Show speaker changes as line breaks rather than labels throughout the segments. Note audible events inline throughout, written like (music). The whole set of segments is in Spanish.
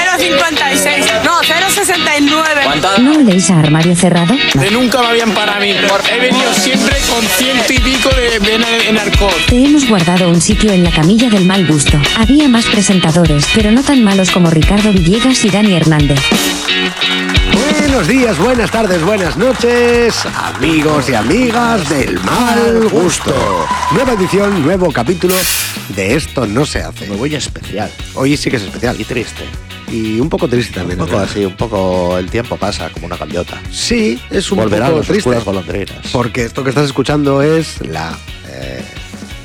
0,56. No, 0,69.
¿Cuánto?
¿No leéis a armario cerrado?
De nunca me habían para mí. He venido siempre con ciento y pico de vena en arco.
Te hemos guardado un sitio en la camilla del mal gusto. Había más presentadores, pero no tan malos como Ricardo Villegas y Dani Hernández.
Buenos días, buenas tardes, buenas noches, amigos y amigas del mal gusto. Nueva edición, nuevo capítulo de Esto no se hace.
Me voy a especial.
Hoy sí que es especial
Y triste.
y un poco triste
Un
también.
poco
¿no?
así, un poco el tiempo pasa como una gaviota.
Sí, es un
Volverán
poco
las
triste.
oscuras golondrinas.
Porque esto que estás escuchando es la, eh,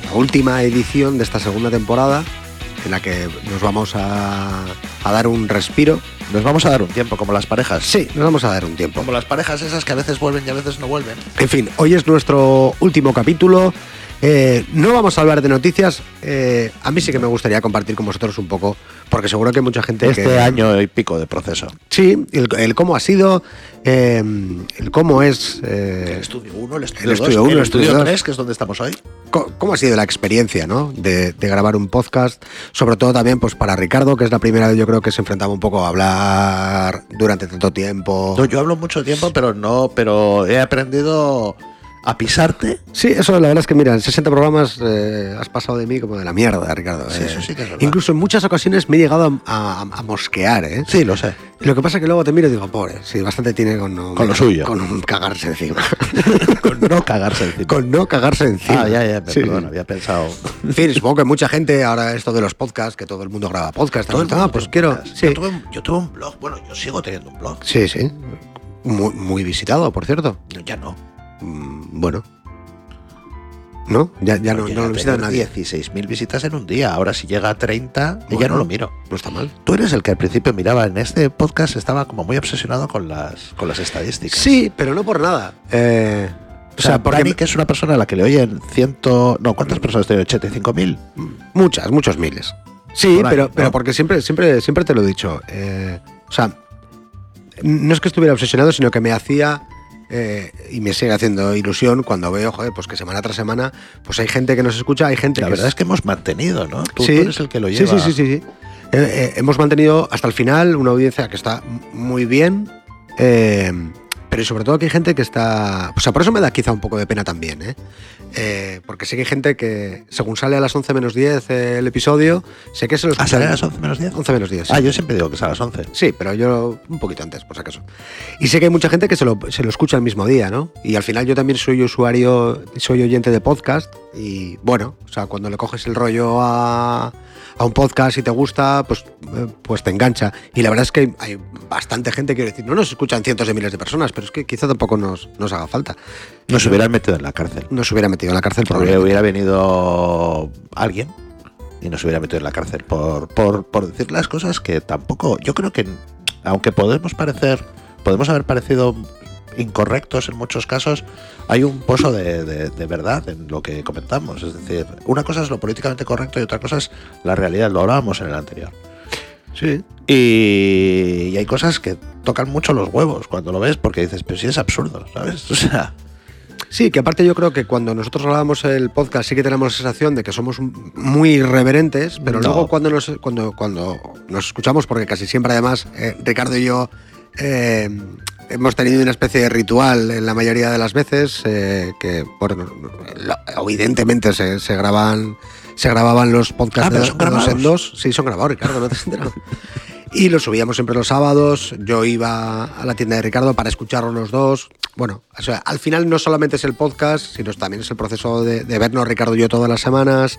la última edición de esta segunda temporada en la que nos vamos a, a dar un respiro.
Nos vamos a dar un tiempo, como las parejas.
Sí, nos vamos a dar un tiempo.
Como las parejas esas que a veces vuelven y a veces no vuelven.
En fin, hoy es nuestro último capítulo. Eh, no vamos a hablar de noticias. Eh, a mí sí que me gustaría compartir con vosotros un poco, porque seguro que hay mucha gente
Este
que-
año y pico de proceso.
Sí, el, el cómo ha sido, eh, el cómo es... eh,
El estudio 1, el estudio
el
2,
estudio uno,
el
el estudio
estudio
dos.
3, que es donde estamos hoy.
Co- ¿Cómo ha sido la experiencia ¿no? de, de grabar un podcast? Sobre todo también pues, para Ricardo, que es la primera vez yo creo que se enfrentaba un poco a hablar durante tanto tiempo.
No, yo hablo mucho tiempo, pero no, pero he aprendido a pisarte.
Sí, eso la verdad es que mira, en 60 programas eh, has pasado de mí como de la mierda, Ricardo.
Sí,
eh.
eso sí que es verdad.
Incluso en muchas ocasiones me he llegado a, a- a mosquear, ¿eh?
Sí, lo sé.
Lo que pasa es que luego te miro y digo, pobre, sí, bastante tiene con, no-
Con lo suyo.
Con un cagarse encima.
(laughs) Con no cagarse encima.
con no cagarse encima.
Ah, ya, ya,
Sí,
perdón,
sí.
había pensado.
En fin, supongo que mucha gente ahora esto de los podcasts, que todo el mundo graba podcast,
Todo el
tal,
mundo
ah, pues
tiene
quiero.
podcast.
sí.
Yo, tuve un, yo tuve un blog, bueno, yo sigo teniendo un blog.
Sí, sí. Muy, muy visitado, por cierto.
No, Ya no.
Mm, Bueno. ¿No? Ya, ya no,
Llega
no
a
lo visita
tener
nadie.
16.000 visitas en un día. Ahora si llega a 30, y ya
Bueno.
no lo miro.
No está mal.
Tú eres el que al principio miraba en este podcast, estaba como muy obsesionado con las, con las estadísticas.
Sí, pero no por nada. Eh, o sea, porque
Dani, que es una persona a la que le oyen ciento... No, ¿cuántas personas tiene? ¿85.000?
muchas, muchos miles. Sí,
Por ahí,
pero,
¿no?
pero porque siempre, siempre, siempre te lo he dicho. eh, o sea, no es que estuviera obsesionado, sino que me hacía eh, y me sigue haciendo ilusión cuando veo, joder, pues que semana tras semana, pues hay gente que nos escucha, hay gente
La
que
verdad es que hemos mantenido, ¿no? Tú,
Sí.
tú eres el que lo
Sí,
lleva.
Sí, sí, sí. sí. Eh, eh, hemos mantenido hasta el final una audiencia que está m- muy bien, eh, pero sobre todo que hay gente que está... O sea, por eso me da quizá un poco de pena también, ¿eh? Eh, porque sé que hay gente que, según sale a las 11 menos 10 el episodio, sé que se los...
¿Ah, sale a las 11 menos 10?
11 menos 10. sí.
Ah, yo siempre digo que es a las 11.
Sí, pero yo un poquito antes, por si acaso. Y sé que hay mucha gente que se lo, se lo escucha el mismo día, ¿no? Y al final yo también soy usuario, soy oyente de podcast y bueno, o sea, cuando le coges el rollo a, a un podcast y te gusta, pues, eh, pues te engancha. Y la verdad es que hay bastante gente, quiero decir, no nos escuchan cientos de miles de personas, pero es que quizá tampoco nos, nos haga falta.
Nos hubieran metido en la cárcel.
Nos hubiera metido en la cárcel
Porque
probablemente.
hubiera venido alguien y nos hubiera metido en la cárcel por, por, por decir las cosas que tampoco. Yo creo que, aunque podemos parecer, podemos haber parecido incorrectos en muchos casos, hay un pozo de, de- de verdad en lo que comentamos. Es decir, una cosa es lo políticamente correcto y otra cosa es la realidad. Lo hablábamos en el anterior.
Sí.
Y, y hay cosas que tocan mucho los huevos cuando lo ves porque dices, pero si es absurdo, ¿sabes? (laughs) O sea,
Sí, que aparte yo creo que cuando nosotros grabamos el podcast sí que tenemos la sensación de que somos un- muy irreverentes, pero
No.
luego cuando nos, cuando, cuando nos escuchamos, porque casi siempre además eh, Ricardo y yo eh, hemos tenido una especie de ritual en la mayoría de las veces, eh, que bueno, lo- evidentemente se, se graban... Se grababan los podcasts
Ah, pero
de,
son
de dos en
grabados.
dos. Sí, son grabados, Ricardo, no te has enterado. Y los subíamos siempre los sábados. Yo iba a la tienda de Ricardo para escucharlos los dos. Bueno, o sea, al final no solamente es el podcast, sino también es el proceso de, de vernos Ricardo y yo todas las semanas,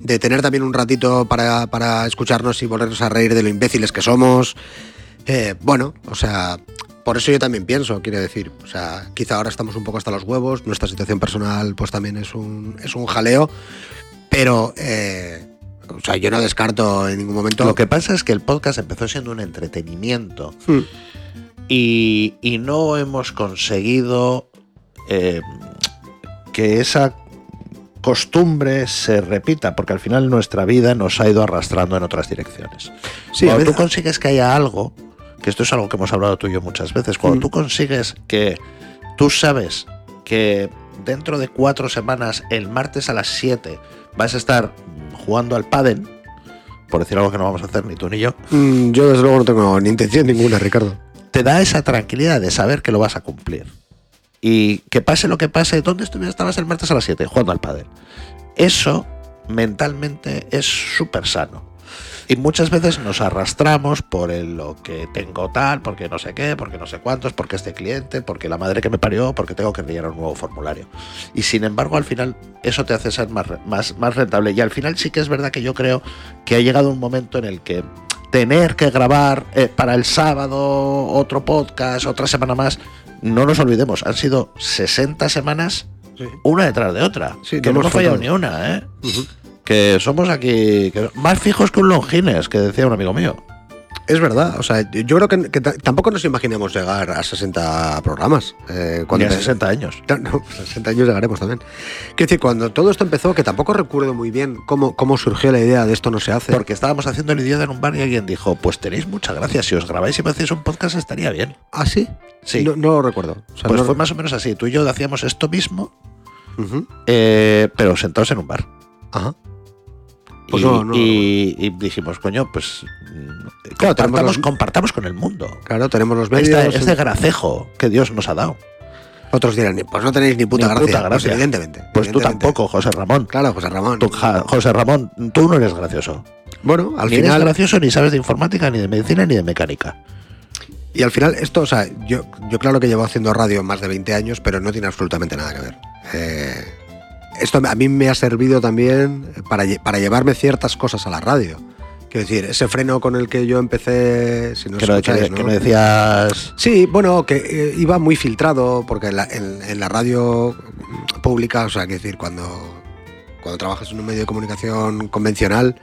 de tener también un ratito para, para escucharnos y volvernos a reír de lo imbéciles que somos. Eh, bueno, o sea, por eso yo también pienso, quiero decir, o sea, quizá ahora estamos un poco hasta los huevos, nuestra situación personal pues también es un, es un jaleo, pero, eh, o sea, yo no descarto en ningún momento
lo que pasa es que el podcast empezó siendo un entretenimiento.
Hmm.
y, y no hemos conseguido eh, que esa costumbre se repita, porque al final nuestra vida nos ha ido arrastrando en otras direcciones.
Sí, a
cuando
veces-
tú consigues que haya algo, que esto es algo que hemos hablado tú y yo muchas veces, cuando
Mm.
tú consigues que tú sabes que dentro de cuatro semanas, el martes a las 7, vas a estar jugando al pádel, por decir algo que no vamos a hacer ni tú ni yo,
Mm, yo desde luego no tengo ni intención ninguna, Ricardo.
te da esa tranquilidad de saber que lo vas a cumplir. Y que pase lo que pase, ¿dónde estuvieras? Estabas el martes a las 7 jugando al pádel. Eso mentalmente es súper sano. Y muchas veces nos arrastramos por el lo que tengo tal, porque no sé qué, porque no sé cuántos, porque este cliente, porque la madre que me parió, porque tengo que rellenar un nuevo formulario. Y sin embargo, al final eso te hace ser más, re- más, más rentable. Y al final sí que es verdad que yo creo que ha llegado un momento en el que tener que grabar eh, para el sábado otro podcast, otra semana más, no nos olvidemos, han sido 60 semanas una detrás de otra.
Sí,
que
no
no
hemos
hemos fallado ni
faltado.
una, ¿eh? Que somos aquí que- más fijos que un Longines, que decía un amigo mío.
Es verdad, o sea, yo creo que, que ta- tampoco nos imaginamos llegar a 60 programas. eh,
Cuando
cuando
tenía 60 años.
(laughs) No, no, 60 años llegaremos también. Quiero decir, cuando todo esto empezó, que tampoco recuerdo muy bien cómo, cómo surgió la idea de esto no se hace.
Porque estábamos haciendo el idiota en un bar y alguien dijo, pues tenéis mucha gracia, si os grabáis y me hacéis un podcast estaría bien.
¿Ah, sí?
Sí.
No, no lo recuerdo. O sea,
Pues
no-
fue más o menos así, tú y yo hacíamos esto mismo,
Ujú,
eh, pero sentados en un bar.
Ajá. Pues
y,
no, no, no.
y- y dijimos, coño, pues mm,
Claro, tenemos
compartamos,
los-
compartamos con el mundo.
Claro, tenemos los medios.
Este, este gracejo que Dios nos ha dado.
Otros dirán, pues no tenéis ni puta
Ni
gracia.
puta
Pues
gracia.
evidentemente.
Pues tú
evidentemente.
tampoco, José Ramón.
Claro, José Ramón.
Tú, ja- José Ramón, tú no eres gracioso.
Bueno, al
ni eres
final,
gracioso ni sabes de informática, ni de medicina, ni de mecánica.
y al final esto, o sea, yo, yo claro que llevo haciendo radio más de 20 años, pero no tiene absolutamente nada que ver. Eh, esto a mí me ha servido también para, lle- para llevarme ciertas cosas a la radio. Quiero decir, ese freno con el que yo empecé, si no
que, no, que-
escucháis, ¿no?
que me decías.
Sí, bueno, que eh, iba muy filtrado, porque en la, en- en la radio mm, pública, o sea, que decir, cuando, cuando trabajas en un medio de comunicación convencional,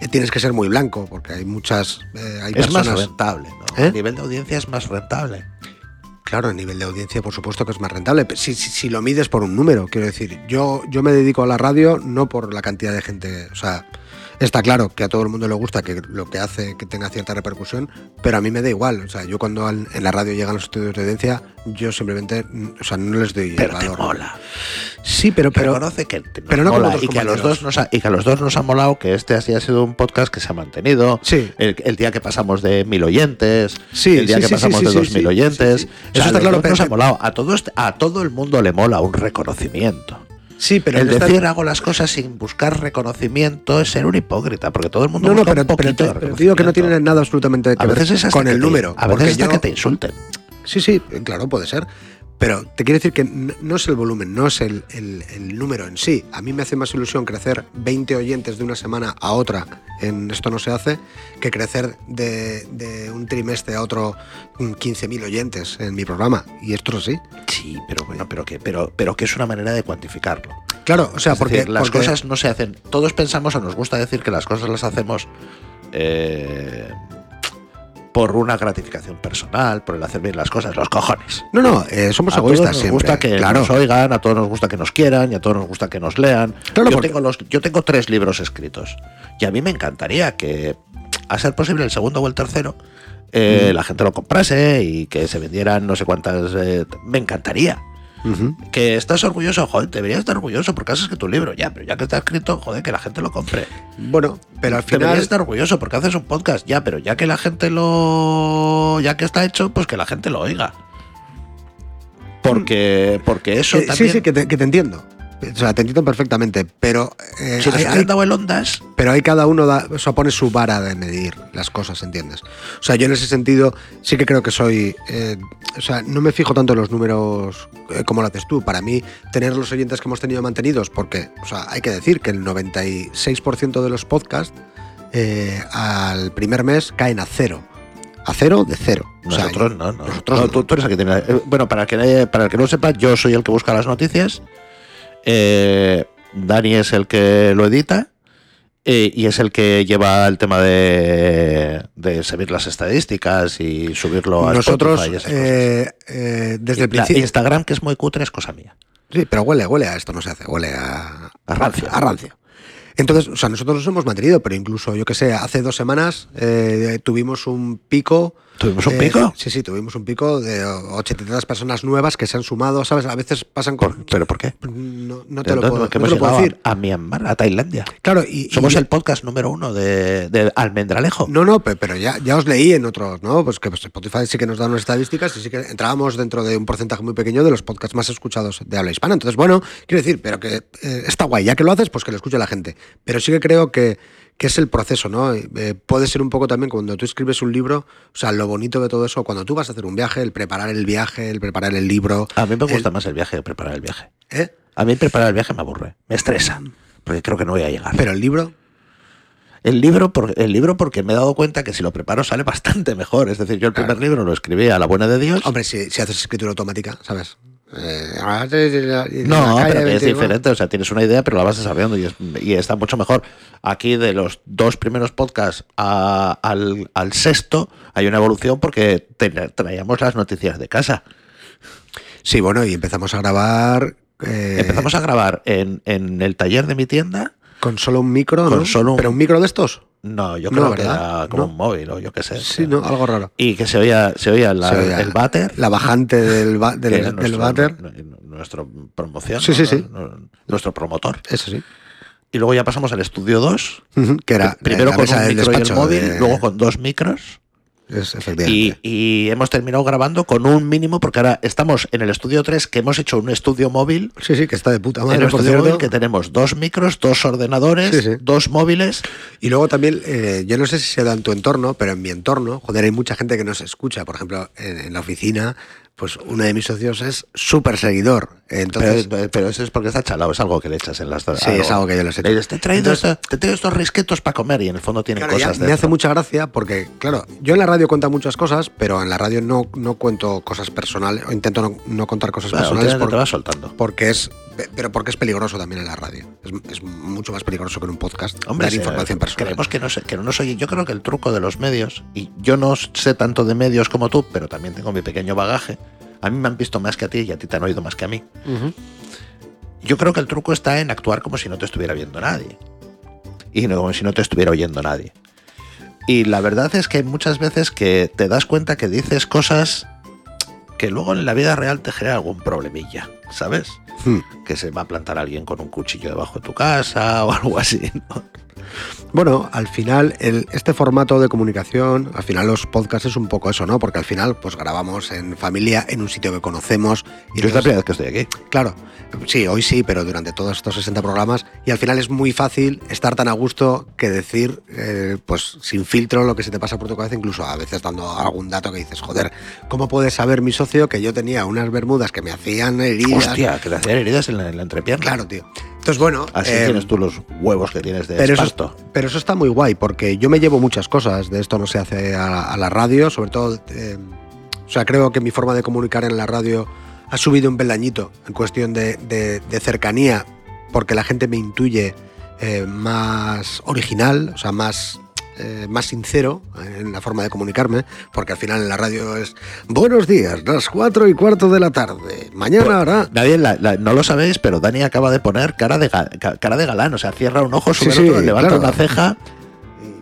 eh, tienes que ser muy blanco, porque hay muchas. eh, hay
Es más
personas-
rentable, ¿no?
¿Eh?
El nivel de audiencia es más rentable.
Claro, a nivel de audiencia, por supuesto que es más rentable. pe- Si, si, si lo mides por un número, quiero decir, yo, yo me dedico a la radio no por la cantidad de gente. O sea, está claro que a todo el mundo le gusta que lo que hace que tenga cierta repercusión, pero a mí me da igual. O sea, yo cuando al- en la radio llegan los estudios de audiencia, yo simplemente, mm, o sea, no les doy el
Pero te
valor.
mola.
Sí, pero, pero
Reconoce que te
pero no como
mola
otros
y que, a los
compañeros.
dos nos ha, y que a los dos nos ha molado que este así ha sido un podcast que se ha mantenido.
Sí.
El, el día que pasamos de mil oyentes.
Sí,
el día
sí,
que
sí,
pasamos
sí,
de
sí,
dos
sí,
mil
sí,
oyentes.
sí, sí.
Eso
O sea,
está
los
claro,
dos
pero nos
nos
ha
ha-
molado. A, todos, a todo el mundo le mola un reconocimiento.
sí, pero
el
no está-
decir hago las cosas sin buscar reconocimiento es ser un hipócrita, porque todo el mundo
No, no,
busca
pero,
un
pero,
poquito de
pero te digo que no
reconocimiento.
tiene nada absolutamente que
a veces
ver
es hasta
con
que
el
te-
número.
A
porque
veces hasta
yo-
que te insulten.
Sí, sí, eh, claro, puede ser. Pero te quiero decir que n- no es el volumen, no es el, el- el número en sí. A mí me hace más ilusión crecer 20 oyentes de una semana a otra en Esto no se hace que crecer de, de un trimestre a otro mm, 15.000 oyentes en mi programa. Y esto es así.
Sí, pero bueno, pero que, pero, pero que es una manera de cuantificarlo.
Claro, o sea,
Es
porque
decir, las
porque-
cosas no se hacen. Todos pensamos o nos gusta decir que las cosas las hacemos eh, por una gratificación personal, por el hacer bien las cosas, los cojones.
No, no, eh, somos
a todos
egoístas
nos
siempre.
gusta que
claro.
nos oigan, a todos nos gusta que nos quieran y a todos nos gusta que nos lean.
Claro,
yo,
porque-
tengo los, yo tengo tres libros escritos y a mí me encantaría que, a ser posible, el segundo o el tercero, eh, la gente lo comprase y que se vendieran no sé cuántas... eh, me encantaría.
Ujú.
Que estás orgulloso, joder, deberías estar orgulloso porque haces que tu libro, ya, pero ya que está escrito, joder, que la gente lo compre.
Bueno, pero al
Deberías
final...
estar orgulloso porque haces un podcast, ya, pero ya que la gente lo. ya que está hecho, pues que la gente lo oiga. Porque, porque eso
Eh, sí,
también.
sí, que te, que te entiendo. O sea, te entiendo perfectamente, pero... eh,
Si nos
hay-
hubieran
hay-
dado el ondas,
Pero ahí cada uno da, o sea, pone su vara de medir las cosas, ¿entiendes? O sea, yo en ese sentido sí que creo que soy. eh, o sea, no me fijo tanto en los números eh, como lo haces tú. Para mí, tener los oyentes que hemos tenido mantenidos, porque, o sea, hay que decir que el 96% de los podcasts eh, al primer mes caen a cero. A cero de cero. O sea,
nosotros
yo-
no, no.
nosotros
No,
no.
Tú, tú eres el que tiene la- eh, Bueno, para el que, nadie- para el que no lo sepa, yo soy el que busca las noticias. eh, Dani es el que lo edita. eh, y es el que lleva el tema de, de subir las estadísticas y subirlo a
Nosotros,
Spotify y esas cosas.
eh, eh, desde el
Y la-
principio.
Instagram, que es muy cutre, es cosa mía.
Sí, pero huele, huele a esto, no se hace, huele a,
A rancio.
A rancio. Entonces, o sea, nosotros nos hemos mantenido, pero incluso, yo que sé, hace dos semanas eh, tuvimos un pico
¿Tuvimos un
Eh,
pico?
Sí, sí, tuvimos un pico de 83 personas nuevas que se han sumado, ¿sabes? A veces pasan
¿Por-
con...
¿Pero por qué?
No, no te
¿De
lo
dónde?
puedo, no te
Que hemos
lo puedo
llegado
decir.
A, a Myanmar, a Tailandia.
Claro, y... y
Somos
yo-
el podcast número uno de, de Almendralejo.
No, no, pe- pero ya, ya os leí en otros, ¿no? Pues que pues, Spotify sí que nos da unas estadísticas y sí que entrábamos dentro de un porcentaje muy pequeño de los podcasts más escuchados de habla hispana. Entonces, bueno, quiero decir, pero que eh, está guay, ya que lo haces, pues que lo escuche la gente. Pero sí que creo que, que es el proceso, ¿no? Eh, puede ser un poco también cuando tú escribes un libro, o sea, lo bonito de todo eso, cuando tú vas a hacer un viaje, el preparar el viaje, el preparar el libro.
A mí me gusta
el-
más el viaje que preparar el viaje.
¿eh?
A mí preparar el viaje me aburre, me estresa, porque creo que no voy a llegar.
Pero el libro,
El libro, por- el libro porque me he dado cuenta que si lo preparo sale bastante mejor. Es decir, yo el primer libro lo escribí a la buena de Dios.
hombre, si, si haces escritura automática, ¿sabes? Eh,
No,
no,
pero que es diferente. O sea, tienes una idea, pero la vas desarrollando y, es- y está mucho mejor. Aquí, de los dos primeros podcasts a- al, al sexto, hay una evolución porque te- traíamos las noticias de casa.
Sí, bueno, y empezamos a grabar. eh,
Empezamos a grabar en, en el taller de mi tienda.
Con solo un micro, ¿no?
Con solo un-
¿Pero un micro de estos?
No, yo
No,
creo que
¿verdad?
era como
No.
un móvil o yo qué sé.
Sí,
O sea,
¿no? Algo raro.
Y que se oía, se oía, la-
Se oía
el váter.
La bajante del, ba-
(laughs) que
del,
era
del
nuestro-
váter.
nu- Nuestro promoción.
Sí,
¿no?
sí, sí.
Nu- Nuestro promotor.
Eso sí.
Y luego ya pasamos al estudio 2.
Ujú, Que era
Primero
la
con
mesa
un
del
micro y el
despacho
móvil,
de-
luego con dos micros.
Es-
Y,
efectivamente.
y hemos terminado grabando con un mínimo, porque ahora estamos en el estudio 3, que hemos hecho un estudio móvil.
Sí, sí, que está de puta
en
madre,
el
por
estudio móvil
cierto.
que tenemos dos micros, dos ordenadores,
Sí, sí.
dos móviles.
Y luego también, eh, yo no sé si se da en tu entorno, pero en mi entorno, joder, hay mucha gente que nos escucha. Por ejemplo, en, en la oficina, pues uno de mis socios es súper seguidor. Entonces,
pero, eh, pero eso es porque está chalado, es este algo que le echas en las
Sí, es algo que yo les he
Le dices, Te he traído
Entonces-
esta- te he traído estos risquetos para comer y en el fondo tienen
Claro, ya
cosas
me
dentro.
hace mucha gracia porque, claro, yo en la radio cuento muchas cosas, pero en la radio no, no cuento cosas personales, o intento no, no contar cosas
Claro,
personales
últimamente
por-
te vas soltando.
porque es pero porque es peligroso también en la radio. Es, es mucho más peligroso que en un podcast
Hombre,
dar
sí,
información personal.
Creemos que no, se- que no nos oye. Yo creo que el truco de los medios, y yo no sé tanto de medios como tú, pero también tengo mi pequeño bagaje. A mí me han visto más que a ti y a ti te han oído más que a mí. Yo creo que el truco está en actuar como si no te estuviera viendo nadie. Y no como si no te estuviera oyendo nadie. Y la verdad es que hay muchas veces que te das cuenta que dices cosas que luego en la vida real te genera algún problemilla, ¿sabes?
Hmm.
Que se va a plantar alguien con un cuchillo debajo de tu casa o (laughs) algo así. ¿no?
Bueno, al final, el- este formato de comunicación, al final los podcasts es un poco eso, ¿no? Porque al final, pues grabamos en familia, en un sitio que conocemos. y
Yo es la
entonces-
primera vez que estoy aquí.
Claro, sí, hoy sí, pero durante todos estos 60 programas y al final es muy fácil estar tan a gusto que decir, eh, pues sin filtro lo que se te pasa por tu cabeza, incluso a veces dando algún dato que dices, joder, ¿cómo puede saber mi socio que yo tenía unas bermudas que me hacían heridas?
Hostia, que te hacían heridas en la, en la entrepierna.
Claro, tío. Entonces, bueno,
Así
eh,
tienes tú los huevos que tienes de
pero
esparto.
eso, pero eso está muy guay, porque yo me llevo muchas cosas de esto, no se hace a, a la radio, sobre todo, eh, o sea, creo que mi forma de comunicar en la radio ha subido un peldañito en cuestión de, de- de cercanía, porque la gente me intuye eh, más original, o sea, más... eh, más sincero en la forma de comunicarme, porque al final en la radio es buenos días, las 4 y cuarto de la tarde, mañana hará...
Nadie la- la- no lo sabéis, pero Dani acaba de poner cara de, ga- ca- cara de galán. O sea, cierra un ojo, sube
Sí,
el
sí,
otro, levanta
claro.
una ceja.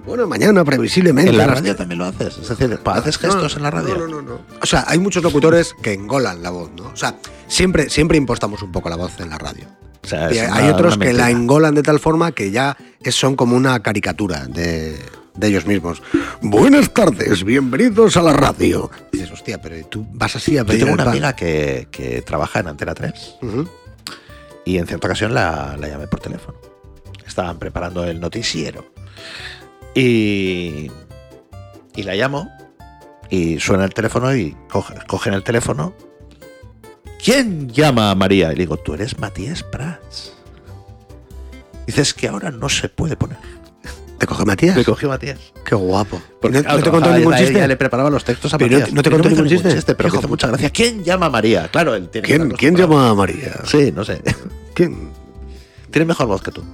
Bueno, mañana previsiblemente...
En la
a las
radio también lo haces. Es decir, pa- haces
No,
gestos en la radio.
No, no, no, no. O sea, hay muchos locutores que engolan la voz, ¿no? O sea, siempre, siempre impostamos un poco la voz en la radio.
O sea,
Y
es
hay
una-
otros
una
que la
mentira.
engolan de tal forma que ya es- son como una caricatura de, de ellos mismos. Buenas tardes, bienvenidos a la radio. Dices, hostia, pero tú vas así a
Yo
pedir
tengo
el
una
pan.
amiga que, que trabaja en Antena 3
Ujú.
y en cierta ocasión la, la llamé por teléfono. Estaban preparando el noticiero. Y, y la llamo y suena el teléfono y coge- cogen el teléfono. ¿Quién llama a María? Y le digo, tú eres Matías Prats. Dices que ahora no se puede (laughs) poner.
¿Te coge Matías?
Le cogió Matías.
Qué guapo.
Porque,
¿No,
claro,
no te contó
trabajaba
ningún
ella, ella
chiste?
le preparaba los textos a
Pero no
Matías.
te- no te
Y
contó
hizo
ningún chiste.
pero
Hijo
que hizo
puta.
mucha gracia. ¿Quién llama a María? Claro, él tiene que
¿Quién,
estar
quién
acostumbrado.
llama a María?
Sí, no sé. (laughs)
¿Quién?
Tiene mejor voz que tú.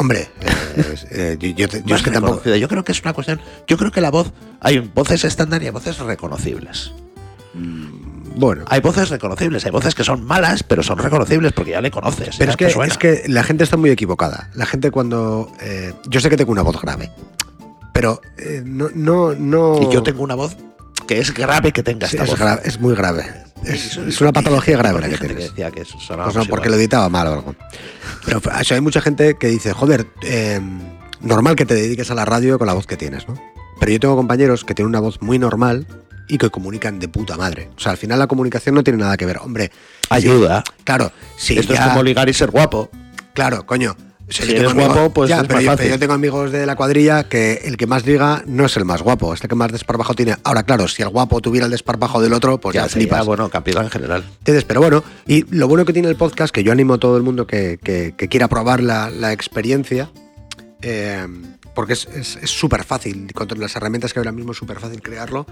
Hombre, eh, eh, yo, yo te- yo
Más
es que tampoco...
reconocida. Yo creo que es una cuestión. Yo creo que la voz. Hay voces estándar y hay voces reconocibles.
Bueno.
Hay voces reconocibles. Hay voces que son malas, pero son reconocibles porque ya le conoces.
Pero
ya
es
te
que,
suena.
es que la gente está muy equivocada. La gente cuando... eh, yo sé que tengo una voz grave, pero eh, no, no, no.
Y yo tengo una voz que es grave que tenga
Sí,
esta
es,
voz.
gra- es muy grave. Es, es una patología grave la que
Gente
tienes.
decía que eso sonaba
Pues no,
muy
porque lo
igual.
editaba mal o algo. Pero o sea, hay mucha gente que dice, joder, eh, normal que te dediques a la radio con la voz que tienes, ¿no? Pero yo tengo compañeros que tienen una voz muy normal y que comunican de puta madre. O sea, al final la comunicación no tiene nada que ver. Hombre,
Ayuda.
claro, si
Esto
ya-
es como ligar y ser guapo.
Claro, coño. O sea,
Si
yo tengo
eres guapo, pues
Ya,
es
pero
más
yo,
fácil.
pero yo tengo amigos de la cuadrilla que el que más liga no es el más guapo, es el que más desparpajo tiene. Ahora, claro, si el guapo tuviera el desparpajo del otro, pues ya,
Ya,
flipas.
flipa, bueno, capital en general.
Entonces, pero bueno, y lo bueno que tiene el podcast, que yo animo a todo el mundo que, que- que quiera probar la, la experiencia, eh, porque es es- es súper fácil, con todas las herramientas que hay ahora mismo es súper fácil crearlo,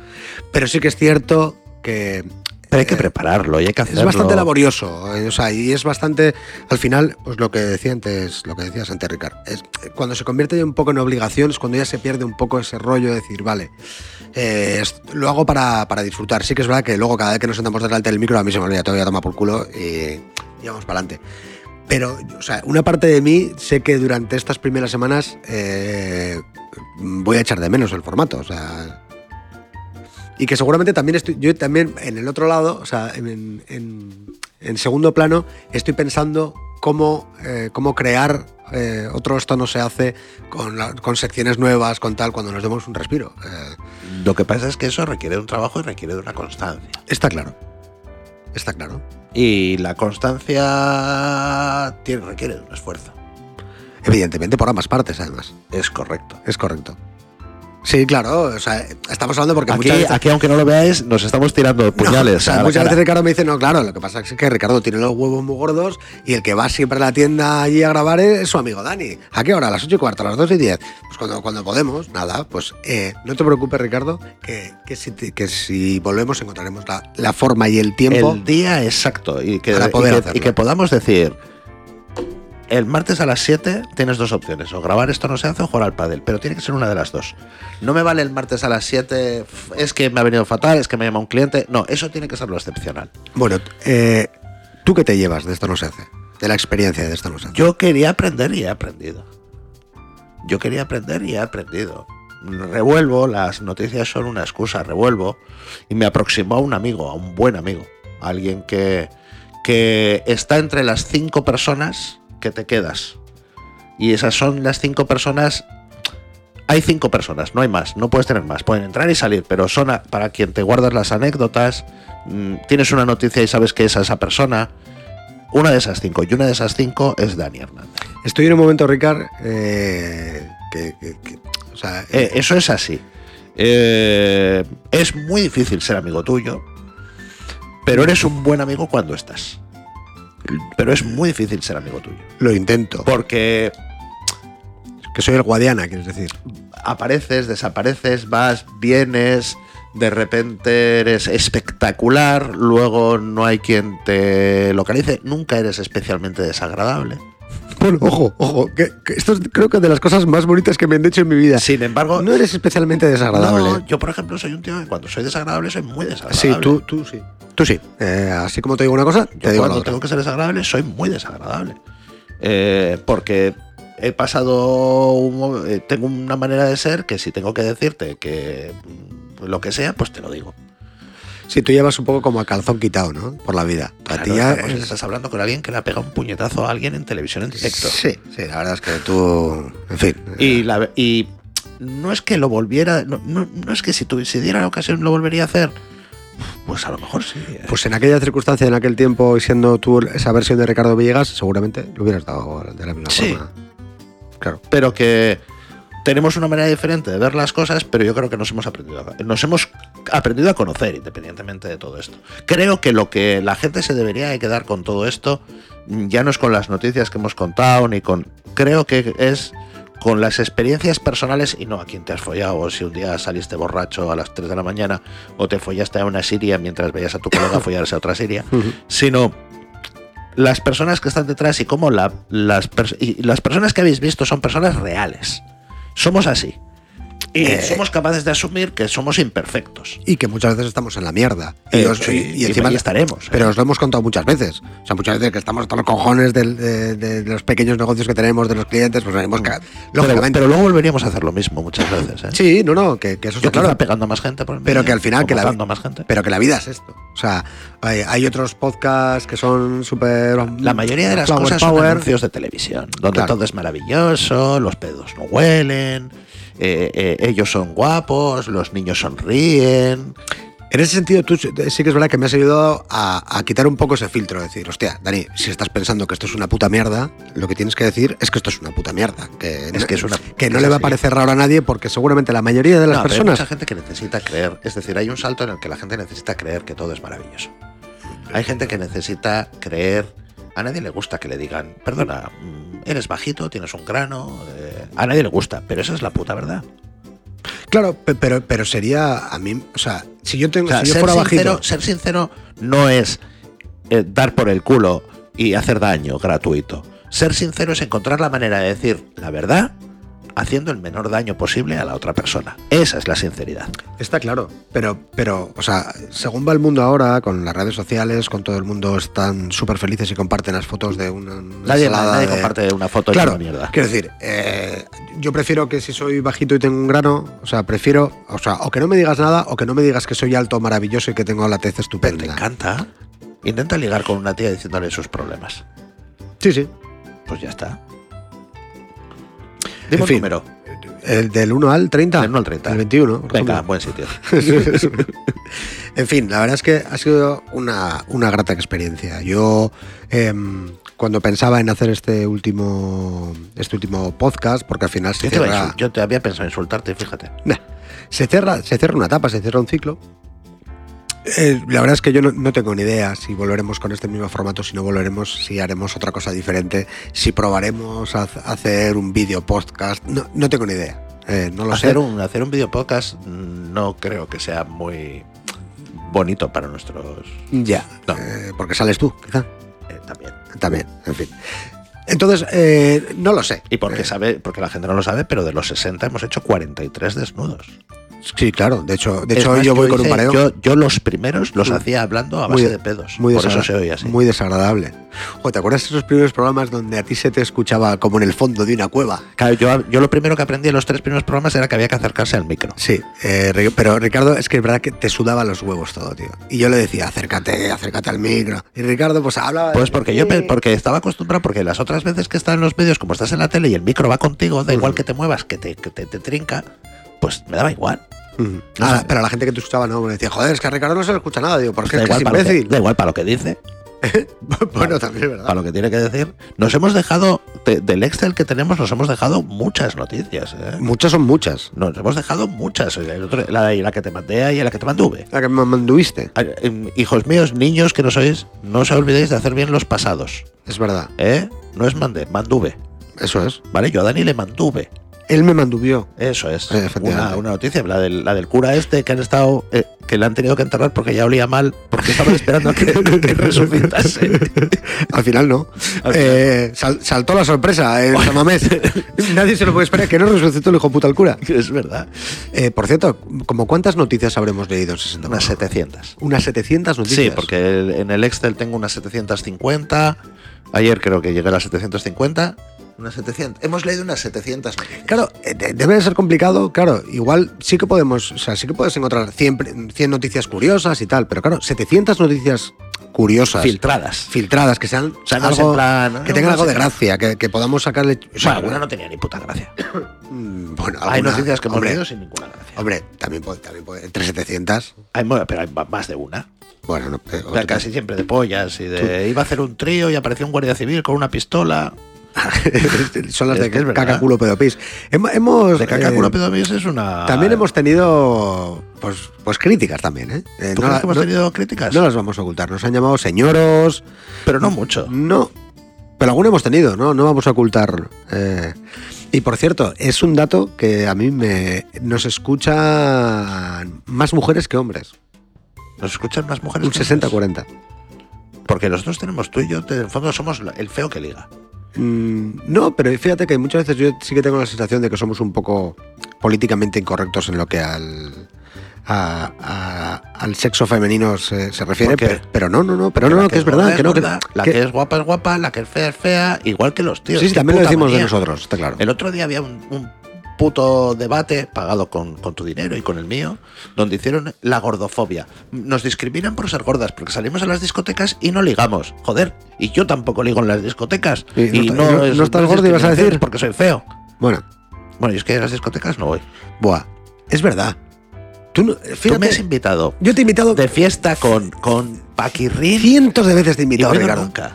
pero sí que es cierto que...
Pero hay que
eh,
prepararlo y hay que hacerlo.
es bastante laborioso, eh, o sea, y es bastante, al final, pues lo que decía antes, lo que decías antes, Ricard, es cuando se convierte ya un poco en obligación, es cuando ya se pierde un poco ese rollo de decir, vale, eh, es- lo hago para, para disfrutar. Sí que es verdad que luego cada vez que nos sentamos delante del micro a mí se me olvida, te voy a tomar por culo y, y vamos para adelante. Pero, o sea, una parte de mí sé que durante estas primeras semanas eh, voy a echar de menos el formato, o sea, y que seguramente también estoy, yo también en el otro lado, o sea, en, en- en segundo plano, estoy pensando cómo, eh, cómo crear eh, otro esto no se hace con, la- con secciones nuevas, con tal, cuando nos demos un respiro. Eh,
Lo que pasa es que eso requiere de un trabajo y requiere de una constancia.
está claro. Está claro.
Y la constancia tiene, requiere de un esfuerzo.
Evidentemente por ambas partes, además.
Es correcto.
Es correcto. Sí, claro. O sea, estamos hablando porque
Aquí,
muchas veces...
aquí, aunque no lo veáis, nos estamos tirando puñales.
No, o sea,
a la
muchas
cara.
veces Ricardo me dice, no, claro, lo que pasa es que Ricardo tiene los huevos muy gordos y el que va siempre a la tienda allí a grabar es, su amigo Dani. ¿A qué hora? ¿A las 8 y cuarto? ¿A las 2 y 10? Pues cuando, cuando podemos, nada, pues eh, no te preocupes, Ricardo, que, que si, te- que si volvemos encontraremos la, la forma y el tiempo.
el día exacto y que,
Para
y
poder
que-
hacerlo.
y que podamos decir el martes a las 7 tienes dos opciones, o grabar esto no se hace o jugar al pádel, pero tiene que ser una de las dos. No me vale el martes a las 7, "F- es que me ha venido fatal, es que me llama un cliente, no, eso tiene que ser lo excepcional.
Bueno, eh, ¿tú qué te llevas de esto no se hace? De la experiencia de esto no se hace.
Yo quería aprender y he aprendido. Yo quería aprender y he aprendido. Revuelvo, las noticias son una excusa, revuelvo. Y me aproximó a un amigo, a un buen amigo. a alguien que, que está entre las cinco personas que te quedas. Y esas son las cinco personas... Hay cinco personas, no hay más, no puedes tener más. Pueden entrar y salir, pero son a- para quien te guardas las anécdotas. mm, Tienes una noticia y sabes que es a esa persona. Una de esas cinco, y una de esas cinco es Dani Hernández.
Estoy en un momento, Ricard, eh, que, que- que- o sea,
Eh, eso es así. Eh, es muy difícil ser amigo tuyo, pero eres un buen amigo cuando estás. Pero es muy difícil ser amigo tuyo.
lo intento.
Porque
Que soy el Guadiana, quieres decir.
apareces, desapareces, vas, vienes, de repente eres espectacular, luego no hay quien te localice, nunca eres especialmente desagradable.
Bueno, ojo, ojo, que, que esto es creo que de las cosas más bonitas que me han dicho en mi vida.
Sin embargo,
No eres especialmente desagradable.
no, yo por ejemplo soy un tío que cuando soy desagradable soy muy desagradable.
sí, tú, tú sí. Tú sí. Eh, así como te digo una cosa,
Yo
te digo la
cuando
otra.
tengo que ser desagradable soy muy desagradable. Eh, porque he pasado un mo- eh, tengo una manera de ser que si tengo que decirte que mm, lo que sea, pues te lo digo.
Sí, tú llevas un poco como a calzón quitado, ¿no? Por la vida. a ti
Claro,
ya
estamos-
es-
estás hablando con alguien que le ha pegado un puñetazo a alguien en televisión en directo.
Sí, sí, la verdad es que tú. En fin.
Y, la ve- y no es que lo volviera, no, no- no es que si, tu- si diera la ocasión lo volvería a hacer, pues a lo mejor sí. eh.
Pues en aquella circunstancia, en aquel tiempo, y siendo tú esa versión de Ricardo Villegas, seguramente lo hubieras dado de la misma
Sí.
forma. Claro.
pero que tenemos una manera diferente de ver las cosas, pero yo creo que nos hemos aprendido a, nos hemos aprendido a conocer independientemente de todo esto. Creo que lo que la gente se debería de quedar con todo esto mm, ya no es con las noticias que hemos contado ni con creo que es con las experiencias personales y no a quién te has follado o si un día saliste borracho a las 3 de la mañana o te follaste a una siria mientras veías a tu colega follarse a otra siria, sino las personas que están detrás y cómo la- las, pers- y las personas que habéis visto son personas reales. Somos así. Y
Eh.
somos capaces de asumir que somos imperfectos.
y que muchas veces estamos en la mierda. Y,
Eh,
os-
sí,
y- y
y
encima
ahí estaremos, eh.
Pero os lo hemos contado muchas veces. O sea, muchas veces que estamos hasta los cojones del- de, de- de los pequeños negocios que tenemos, de los clientes, pues hemos ca-
Pero,
Lógicamente.
pero luego volveríamos a hacer lo mismo muchas veces. ¿eh?
sí, no, no, que, que eso
Yo
está
quizá
claro.
pegando a más gente por el
Pero
medio,
que al final
o
que la,
matando a más gente.
pero que la vida es esto. O sea, hay, hay otros podcasts que son súper...
la mayoría de las
flower
cosas son
power.
anuncios de televisión, donde
Claro.
todo es maravilloso, los pedos no huelen, eh, eh, ellos son guapos, los niños sonríen.
En ese sentido, tú sí sí que es verdad que me has ayudado a, a quitar un poco ese filtro. Decir, hostia, Dani, si estás pensando que esto es una puta mierda, lo que tienes que decir es que esto es una puta mierda. Que,
Es que es una-
que no
es
le va a
así.
parecer raro a nadie porque seguramente la mayoría de las
No, pero hay
personas.
mucha gente que necesita creer. Es decir, hay un salto en el que la gente necesita creer que todo es maravilloso. Hay gente que necesita creer. A nadie le gusta que le digan, perdona, mm, eres bajito, tienes un grano. eh, a nadie le gusta, pero esa es la puta verdad.
Claro, pe- pero, pero sería a mí. O sea, si yo, tengo,
O sea,
si yo
ser,
fuera
sincero,
bajito.
ser sincero no es eh, dar por el culo y hacer daño gratuito. Ser sincero es encontrar la manera de decir la verdad haciendo el menor daño posible a la otra persona. Esa es la sinceridad.
Está claro, pero, pero, o sea, según va el mundo ahora, con las redes sociales, con todo el mundo están súper felices y comparten las fotos de una. una
Nadie,
ensalada
nadie
de-
comparte una foto de
Claro,
una mierda.
quiero decir, eh, yo prefiero que si soy bajito y tengo un grano, o sea, prefiero, o sea, o que no me digas nada, o que no me digas que soy alto, maravilloso y que tengo la tez
Pero te
estupenda.
encanta. Intenta ligar con una tía diciéndole sus problemas.
Sí, sí.
Pues ya está. Dime
En
un
fin,
número.
El del 1 al 30.
Del uno al 30.
El 21. por
Venga,
ejemplo.
buen sitio.
(laughs) en fin, la verdad es que ha sido una, una grata experiencia. Yo, em, cuando pensaba en hacer este último, este último podcast, porque al final se
Yo te, iba a
cierra...
insul- yo te había pensado insultarte, fíjate.
Nah. (laughs) Se cierra, se cierra una etapa, se cierra un ciclo. Eh, la verdad es que yo no, no tengo ni idea si volveremos con este mismo formato, si no volveremos, si haremos otra cosa diferente, si probaremos a haz- hacer un vídeo podcast. No, no tengo ni idea. Eh, no lo sé.
hacer un hacer un video podcast mm, no creo que sea muy bonito para nuestros
Ya.
No.
Eh, porque sales tú, quizá.
eh, también
También, en fin. Entonces, eh, no lo sé.
y porque
Eh,
sabe porque la gente no lo sabe pero de los 60 hemos hecho 43 desnudos
Sí, claro. De hecho, de
Es
hecho
más,
hoy yo voy con un
hice-
pareón.
yo, yo los primeros los
Mm.
hacía hablando a
Muy
base
de-
de pedos
Muy,
por eso
desagra-
se oía así
muy desagradable. Jo, ¿Te acuerdas de esos primeros programas donde a ti se te escuchaba como en el fondo de una cueva?
Claro, yo, yo lo primero que aprendí en los tres primeros programas era que había que acercarse al micro
Sí, eh, Ri- pero Ricardo, es que es verdad que te sudaba los huevos todo, tío. Y yo le decía, acércate, acércate al micro. Y Ricardo, pues hablaba. de-
pues porque yo pe- porque estaba acostumbrado, porque las otras veces que estaba en los medios, como estás en la tele y el micro va contigo, da igual que te muevas, que te, que te- te trinca, pues me daba igual.
Ujú. Ah, pero la gente que te escuchaba no, me decía, joder, es que a Ricardo no se le escucha nada, digo, porque es que es
para lo que-
imbécil. (laughs)
da igual para lo que dice,
bueno, también es
para
verdad.
lo que tiene que decir. Nos hemos dejado, de- del Excel que tenemos, nos hemos dejado muchas noticias. ¿eh?
Muchas son muchas.
Nos hemos dejado muchas. El otro- La, y la que te mandé ahí, la que te mantuve.
La que me manduviste,
Ah, em, Hijos míos, niños que no sois, no os olvidéis de hacer bien los pasados.
es verdad.
¿eh? No es mandé, manduve.
Eso es.
¿Vale? Yo a Dani le mantuve.
Él me manduvió.
Eso es.
Eh, efectivamente.
Una, una noticia, la del, la del cura este que han estado, eh, que le han tenido que enterrar porque ya olía mal, porque estaban esperando
(laughs)
a que, que resucitase. (laughs)
Al final no. Eh, sal- saltó la sorpresa en San
(laughs)
Mamés. Nadie se lo puede esperar, que no resucitó el hijo puta al cura.
es verdad.
Eh, por cierto, ¿como cuántas noticias habremos leído en 60
Unas
programas?
700.
Unas 700 noticias.
Sí, porque el- en el Excel tengo unas 750. Ayer creo que llegué a las 750. Unas 700. Hemos leído unas 700.
Claro, eh, de- debe de ser complicado, claro, igual sí que podemos, o sea, sí que puedes encontrar 100, pre- 100 noticias curiosas y tal, pero claro, 700 noticias curiosas,
Filtradas.
filtradas, que sean
sea, no es
algo,
en plan, ¿no?
que tengan
No
algo
es
de
en plan.
gracia, que, que podamos sacarle... o sea,
Bueno, alguna no tenía ni puta gracia.
mm, bueno,
Hay
alguna,
noticias que hemos
hombre,
leído sin ninguna gracia.
Hombre, también puede, también puede, entre 700,
Hay mo- pero hay ma- más de una.
bueno, no, eh,
O sea,
otra-
casi siempre de pollas y de. Iba a hacer un trío y apareció un guardia civil con una pistola.
(laughs) son las
Es
de
que es verdad.
caca, culo, pedo, pis. Hem- Hemos...
De
eh,
caca culo pedo Ah. pis es una.
También hemos tenido pues, pues críticas también, ¿eh? Eh,
¿Tú
no
crees
la-
que hemos
no-
tenido críticas?
No las vamos a ocultar. Nos han llamado señoros.
pero no mucho.
No. mm, Pero alguna hemos tenido, ¿no? No vamos a ocultar. eh. Y por cierto, es un dato que a mí me. Nos escuchan más mujeres que hombres.
Nos escuchan más mujeres.
Un
que hombres.
60-40.
Porque nosotros tenemos tú y yo, en el fondo somos la- el feo que liga.
Mm, no, pero fíjate que muchas veces yo sí que tengo la sensación de que somos un poco políticamente incorrectos en lo que al, a- a- al sexo femenino se, se refiere,
Porque-
pero, pero no, no, no, pero no,
la
no, que es verdad,
gorda
que no, que,
gorda, la
que-
que, es guapa es guapa, la que es fea es fea, igual que los tíos.
sí, sí,
qué
también lo
puta
decimos de
manía.
nosotros, está claro.
El otro día había un, un puto debate pagado con, con tu dinero y con el mío, donde hicieron la gordofobia. Nos discriminan por ser gordas, porque salimos a las discotecas y no ligamos. Joder, y yo tampoco ligo en las discotecas.
Y
Y,
no
no,
está- no-
es-
no estás
es
gordo, ibas a
discriminación,
decir.
es Porque soy feo.
Bueno,
Bueno, y es que a las discotecas no voy.
buah, es verdad. Tú, no-
Tú me
fíjate,
has invitado
yo te he invitado
de fiesta con, con Paquirrín
cientos de veces te he
y
invitado,
no he ido
Ricardo.
nunca.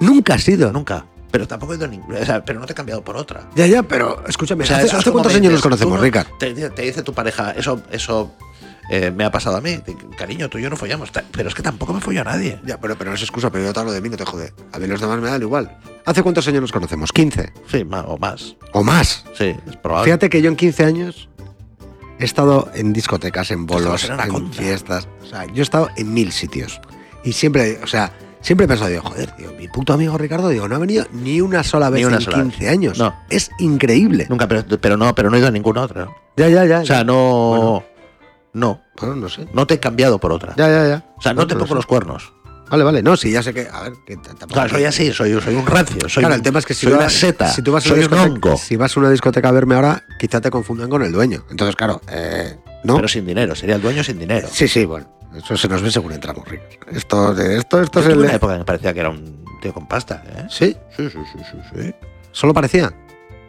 Nunca has ido.
Nunca. Pero tampoco he ido a ninguna. O sea, pero no te he cambiado por otra.
Ya, ya, pero escúchame,
O sea,
¿hace,
eso es
hace
como
cuántos
me
años nos
dices,
conocemos,
tú no-
Ricardo?
Te, dice- te dice tu pareja, eso, eso eh, me ha pasado a mí. Te- Cariño, tú y yo no follamos. Ta- Pero es que tampoco me follo a nadie.
Ya, pero, pero no es excusa, pero yo te hablo de mí, no te jode. A mí los demás me dan igual. ¿Hace cuántos años nos conocemos? ¿15?
Sí, ma- o más.
¿O más?
Sí, es probable.
Fíjate que yo en 15 años he estado en discotecas, en bolos,
estabas en
en,
Anaconda.
fiestas. O sea, yo he estado en mil sitios. Y siempre, o sea, siempre he pensado, digo, joder, tío, mi puto amigo Ricardo, digo, no ha venido ni una sola
Ni
vez
una
en
sola
15
vez.
años.
No.
Es increíble.
Nunca, pero, pero no, pero no he ido a ninguna otra.
Ya, ya, ya.
O sea, no. No.
bueno, no sé.
No te he cambiado por otra.
Ya, ya, ya.
O sea, no, te pongo
sé.
los cuernos.
Vale, vale, no, sí, ya sé que. A ver, que t- tampoco.
O sea, soy así, soy, soy un rancio. Soy
claro,
un-
el tema es que si,
soy
tú
una
vas-
seta,
si tú vas a una
soy un
discoteca-
hongo,
si vas a una discoteca a verme ahora, quizá te confundan con el dueño. Entonces, claro, eh, ¿no?
pero sin dinero. Sería el dueño sin dinero.
Sí, sí, bueno. Eso se nos ve según entramos, Rick. Esto, de- esto, esto
Yo
es
tuve
el.
una época que me parecía que era un tío con pasta. ¿eh?
Sí,
Sí, sí, sí, sí, sí.
solo parecía.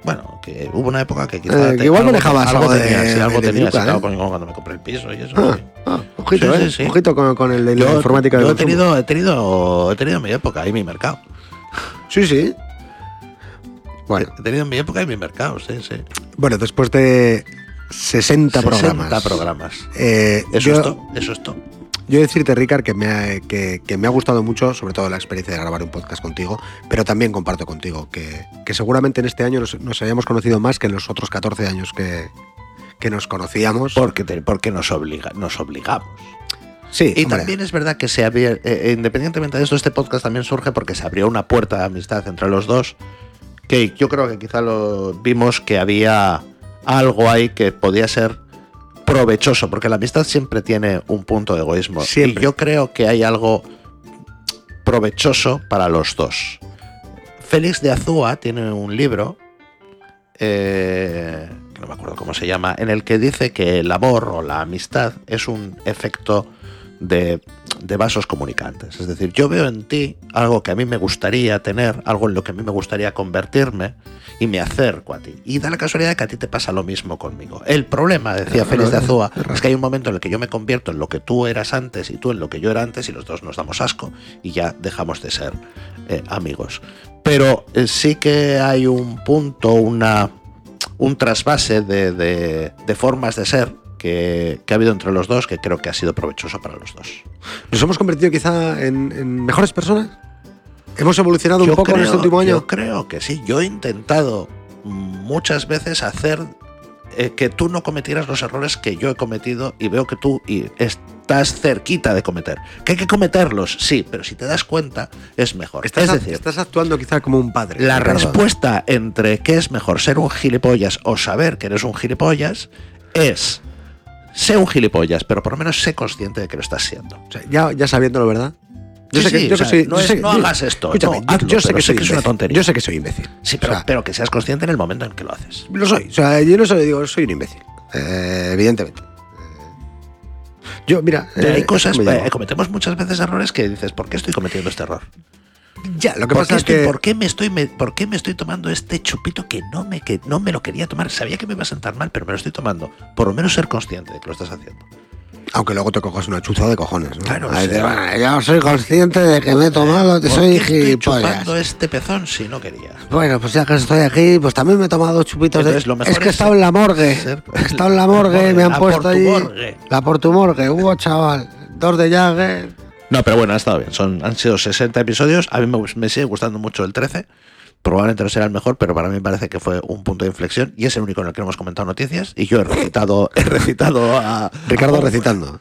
Bueno, que hubo una época que
Eh,
quizá
que
te-
igual manejabas
algo
algo de-
tenía, sí, algo
de
tenía,
Luca,
sí, claro,
¿eh?
coño, cuando me compré el piso y eso.
Ah,
sí.
ah, ojito,
Sí, sí,
eh.
sí.
Ojito con, con el, la
Yo-
informática de
yo he
consumo.
tenido, he tenido, he tenido mi época y mi mercado.
Sí, sí. Bueno,
He tenido mi época y mi mercado, sí, sí.
bueno, después de 60,
60
programas.
programas.
eh,
Eso
yo,
es todo, eso es todo.
Yo decirte, Ricard, que me, ha, que, que me ha gustado mucho, sobre todo la experiencia de grabar un podcast contigo, pero también comparto contigo que, que seguramente en este año nos, nos hayamos conocido más que en los otros 14 años que, que nos conocíamos.
Porque, te- porque nos, obliga, nos obligamos.
sí,
Y
hombre.
también es verdad que se abrió, independientemente de esto, este podcast también surge porque se abrió una puerta de amistad entre los dos, que yo creo que quizá lo vimos que había algo ahí que podía ser provechoso, porque la amistad siempre tiene un punto de egoísmo.
Siempre.
Y yo creo que hay algo provechoso para los dos. Félix de Azúa tiene un libro, eh, que no me acuerdo cómo se llama, en el que dice que el amor o la amistad es un efecto de, de vasos comunicantes. Es decir, yo veo en ti algo que a mí me gustaría tener, algo en lo que a mí me gustaría convertirme y me acerco a ti. Y da la casualidad de que a ti te pasa lo mismo conmigo. El problema, decía Félix de Azúa, es que hay un momento en el que yo me convierto en lo que tú eras antes y tú en lo que yo era antes y los dos nos damos asco y ya dejamos de ser eh, amigos. Pero eh, sí que hay un punto, una, un trasvase de, de- de formas de ser que, que ha habido entre los dos que creo que ha sido provechoso para los dos.
¿Nos hemos convertido quizá en, en mejores personas? ¿Hemos evolucionado un poco en este último año?
yo creo que sí. Yo he intentado muchas veces hacer eh, que tú no cometieras los errores que yo he cometido y veo que tú y estás cerquita de cometer. Que hay que cometerlos, sí, pero si te das cuenta es mejor.
Estás,
es decir,
estás actuando quizá como un padre.
La
Ricardo.
respuesta entre qué es mejor ser un gilipollas o saber que eres un gilipollas es sé un gilipollas, pero por lo menos sé consciente de que lo estás siendo.
O sea, ya, ya sabiéndolo, ¿verdad?
Sí, sí, o sea, no es-
que-
no hagas esto,
Escúchame,
no,
yo-
hazlo,
yo sé
pero
que
sé
soy
que es una
imbécil,
tontería.
Yo sé que soy imbécil.
Sí, pero,
O sea, Eh,
pero que seas consciente en el momento en que lo haces.
Lo soy. O sea, yo no soy, digo, soy un imbécil. Eh, evidentemente. Eh, Yo, mira.
Pero
eh,
hay cosas,
me llamo.
eh, cometemos muchas veces errores que dices, ¿por qué estoy cometiendo este error?
ya, lo que
¿Por qué,
pasa es
estoy,
que.
por qué me estoy, me- por qué me estoy tomando este chupito que no, me, que no me lo quería tomar? Sabía que me iba a sentar mal, pero me lo estoy tomando. Por lo menos ser consciente de que lo estás haciendo.
Aunque luego te cojas una chuza de cojones. ¿no?
Claro,
Ahí
sí.
te van, yo soy consciente de que me he tomado.
¿Por
soy
qué estoy
gilipollas.
chupando este pezón si no quería?
Bueno, pues ya que estoy aquí, pues también me he tomado dos chupitos
Entonces, lo
de...
mejor
Es que he
es
estado en la morgue.
ser-
He estado en la morgue, me han
(laughs) La
puesto allí.
Portumorgue.
La por tu morgue. Hubo, chaval. Dos de Jagger.
No, pero bueno, ha estado bien. Son, han sido 60 episodios. A mí me, gus- me sigue gustando mucho el 13. Probablemente no será el mejor, pero para mí me parece que fue un punto de inflexión y es el único en el que no hemos comentado noticias. Y yo (laughs) he recitado, he recitado a
Ricardo
a-
recitando.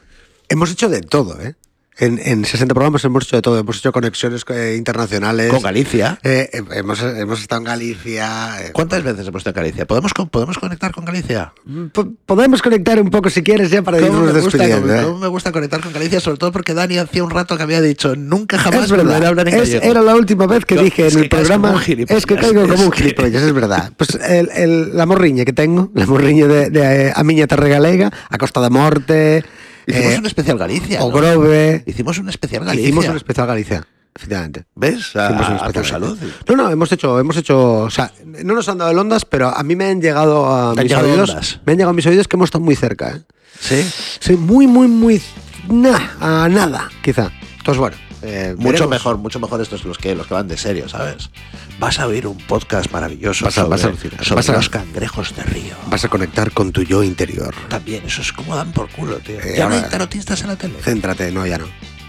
Hemos hecho de todo, ¿eh? En, en 60 programas hemos hecho de todo. Hemos hecho conexiones eh, internacionales.
Con Galicia.
Eh, eh, hemos, hemos estado en Galicia. eh,
¿Cuántas veces hemos estado en Galicia? ¿Podemos, con- ¿Podemos conectar con Galicia?
po- podemos conectar un poco si quieres ya para
¿Cómo me,
irnos
gusta,
despidiendo.
cómo-
eh?
cómo me gusta conectar con Galicia? Sobre todo porque Dani hacía un rato que había dicho nunca jamás
Es verdad.
volveré a hablar en
Es-
gallego.
era la última vez que
No,
dije
es
en
que
el
caes como
programa.
un gilipollas,
Es que caigo como
es
un
(laughs) que-
gilipollas, es verdad. Pues el, el- la morriña que tengo, la morriña de, de, eh, a miña terra galega, a Costa da Morte,
Hicimos
eh,
un especial Galicia.
o
¿no?
Grove.
Hicimos un especial Galicia.
Hicimos un especial Galicia, efectivamente.
¿Ves? A,
Hicimos un
a tu
especial
salud.
Galicia. No, no, hemos hecho, hemos hecho, o sea, no nos han dado el ondas, pero a mí me han llegado a
Te han
mis
llegado
oídos,
ondas.
me han llegado a mis oídos que hemos estado muy cerca, ¿eh?
Sí.
Sí, muy, muy, muy, nah, a nada, quizá. Entonces, bueno, eh,
Mucho
veremos.
mejor, mucho mejor estos los que los que van de serio, ¿sabes? Vas a oír un podcast maravilloso
Vas a-
sobre,
vas a alucinar.
sobre
Vas a-
los cangrejos de río.
Vas a conectar con tu yo interior.
También, eso es como dan por culo, tío.
Eh,
ya no hay
ahora-
tarotistas en la tele.
Céntrate, no, ya no.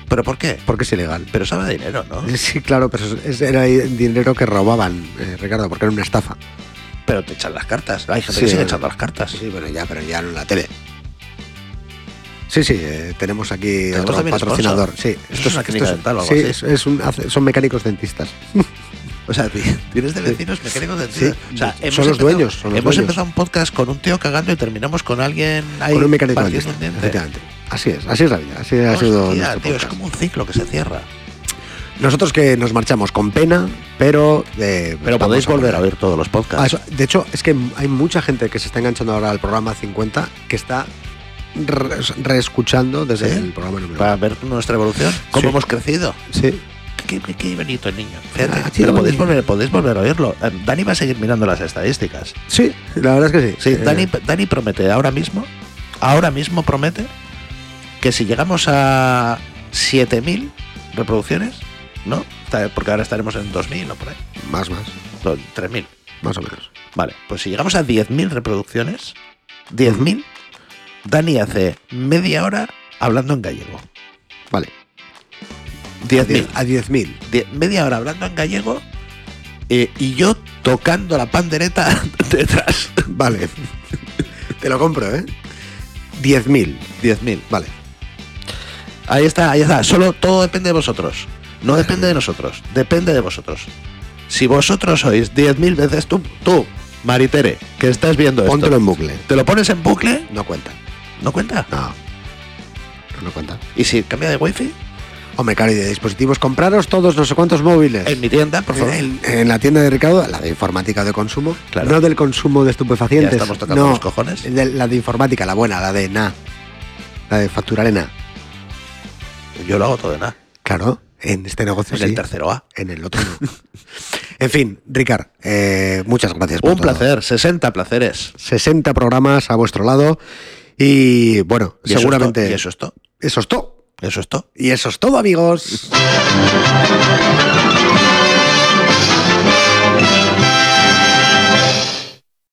¿Pero por qué?
Porque es ilegal.
Pero sabe a dinero, ¿no?
Sí, claro, pero es- era dinero que robaban, eh, Ricardo, porque era una estafa.
Pero te echan las cartas. Hay gente
Sí,
que sigue
eh.
echando las cartas.
Sí, bueno, ya, pero ya no en la tele. Sí, sí, eh, tenemos aquí
Tenemos
otro
también
patrocinador.
sponsor.
Sí,
Eso es una clínica dental o algo
sí,
así.
es- es un- hace- son mecánicos dentistas.
(laughs) O sea, ti- (laughs) tienes de vecinos mecánicos de
Sí.
O sea,
Son
hemos
los
empezado-
dueños, son los
hemos
dueños.
empezado un podcast con un tío cagando y terminamos con alguien ahí.
con un mecánico
partiendo
dentista.
un diente.
Efectivamente. Así es, así es la vida. Así ha
Hostia,
sido
tío,
nuestro
es
podcast.
como un ciclo que se cierra.
Nosotros que nos marchamos con pena, pero. eh,
Pero
vamos
podéis volver a
volver.
ver todos los
Ah,
podcasts.
eso- de hecho, es que hay mucha gente que se está enganchando ahora al programa 50 que está re- reescuchando desde
¿Sí?
el programa número
para
uno.
ver nuestra evolución, cómo
Sí.
hemos crecido.
Sí.
Qué, qué- qué bonito el niño. Fíjate,
Ah, sí,
pero
bonito.
podéis volver, podéis volver a oírlo. Eh, Dani va a seguir mirando las estadísticas.
sí, la verdad es que sí.
Sí,
Eh,
Dani, Dani promete ahora mismo, ahora mismo promete que si llegamos a 7000 reproducciones, ¿no? Ta- Porque ahora estaremos en 2000 o por ahí,
Más, más,
do- 3000.
más o menos.
Vale, pues si llegamos a 10.000 reproducciones, 10.000, Dani hace media hora hablando en gallego.
Vale. A
10.000.
diez- A 10.000.
de media hora hablando en gallego eh, y yo tocando la pandereta (laughs) detrás.
Vale. (laughs) Te lo compro, ¿eh? 10.000.
10.000.
Vale.
Ahí está, ahí está. Solo todo depende de vosotros. No depende de nosotros, depende de vosotros. Si vosotros sois 10.000 veces tú, tú, Maritere, que estás viendo esto,
Póntelo en bucle.
te lo pones en bucle,
No cuenta.
no cuenta.
No. No, no cuenta.
Y si cambia de wifi,
Eh, Hombre, claro, y de dispositivos, compraros todos no sé cuántos móviles.
en mi tienda, por favor.
En, en la tienda de Ricardo, la de informática de consumo,
Claro.
no del consumo de estupefacientes.
Ya estamos tocando
no,
los cojones.
de- la de informática, la buena, la de na. La de facturar en na.
Yo lo hago todo en A,
Claro, en este negocio
en el
sí,
tercero A.
En el otro no. en fin, Ricard, eh, muchas gracias. por
Un
todo.
placer, 60 placeres.
60 programas a vuestro lado y bueno,
Y eso es
seguramente...
to- y eso es todo.
Eso es todo.
Eso es todo. (laughs)
Y eso es todo, amigos.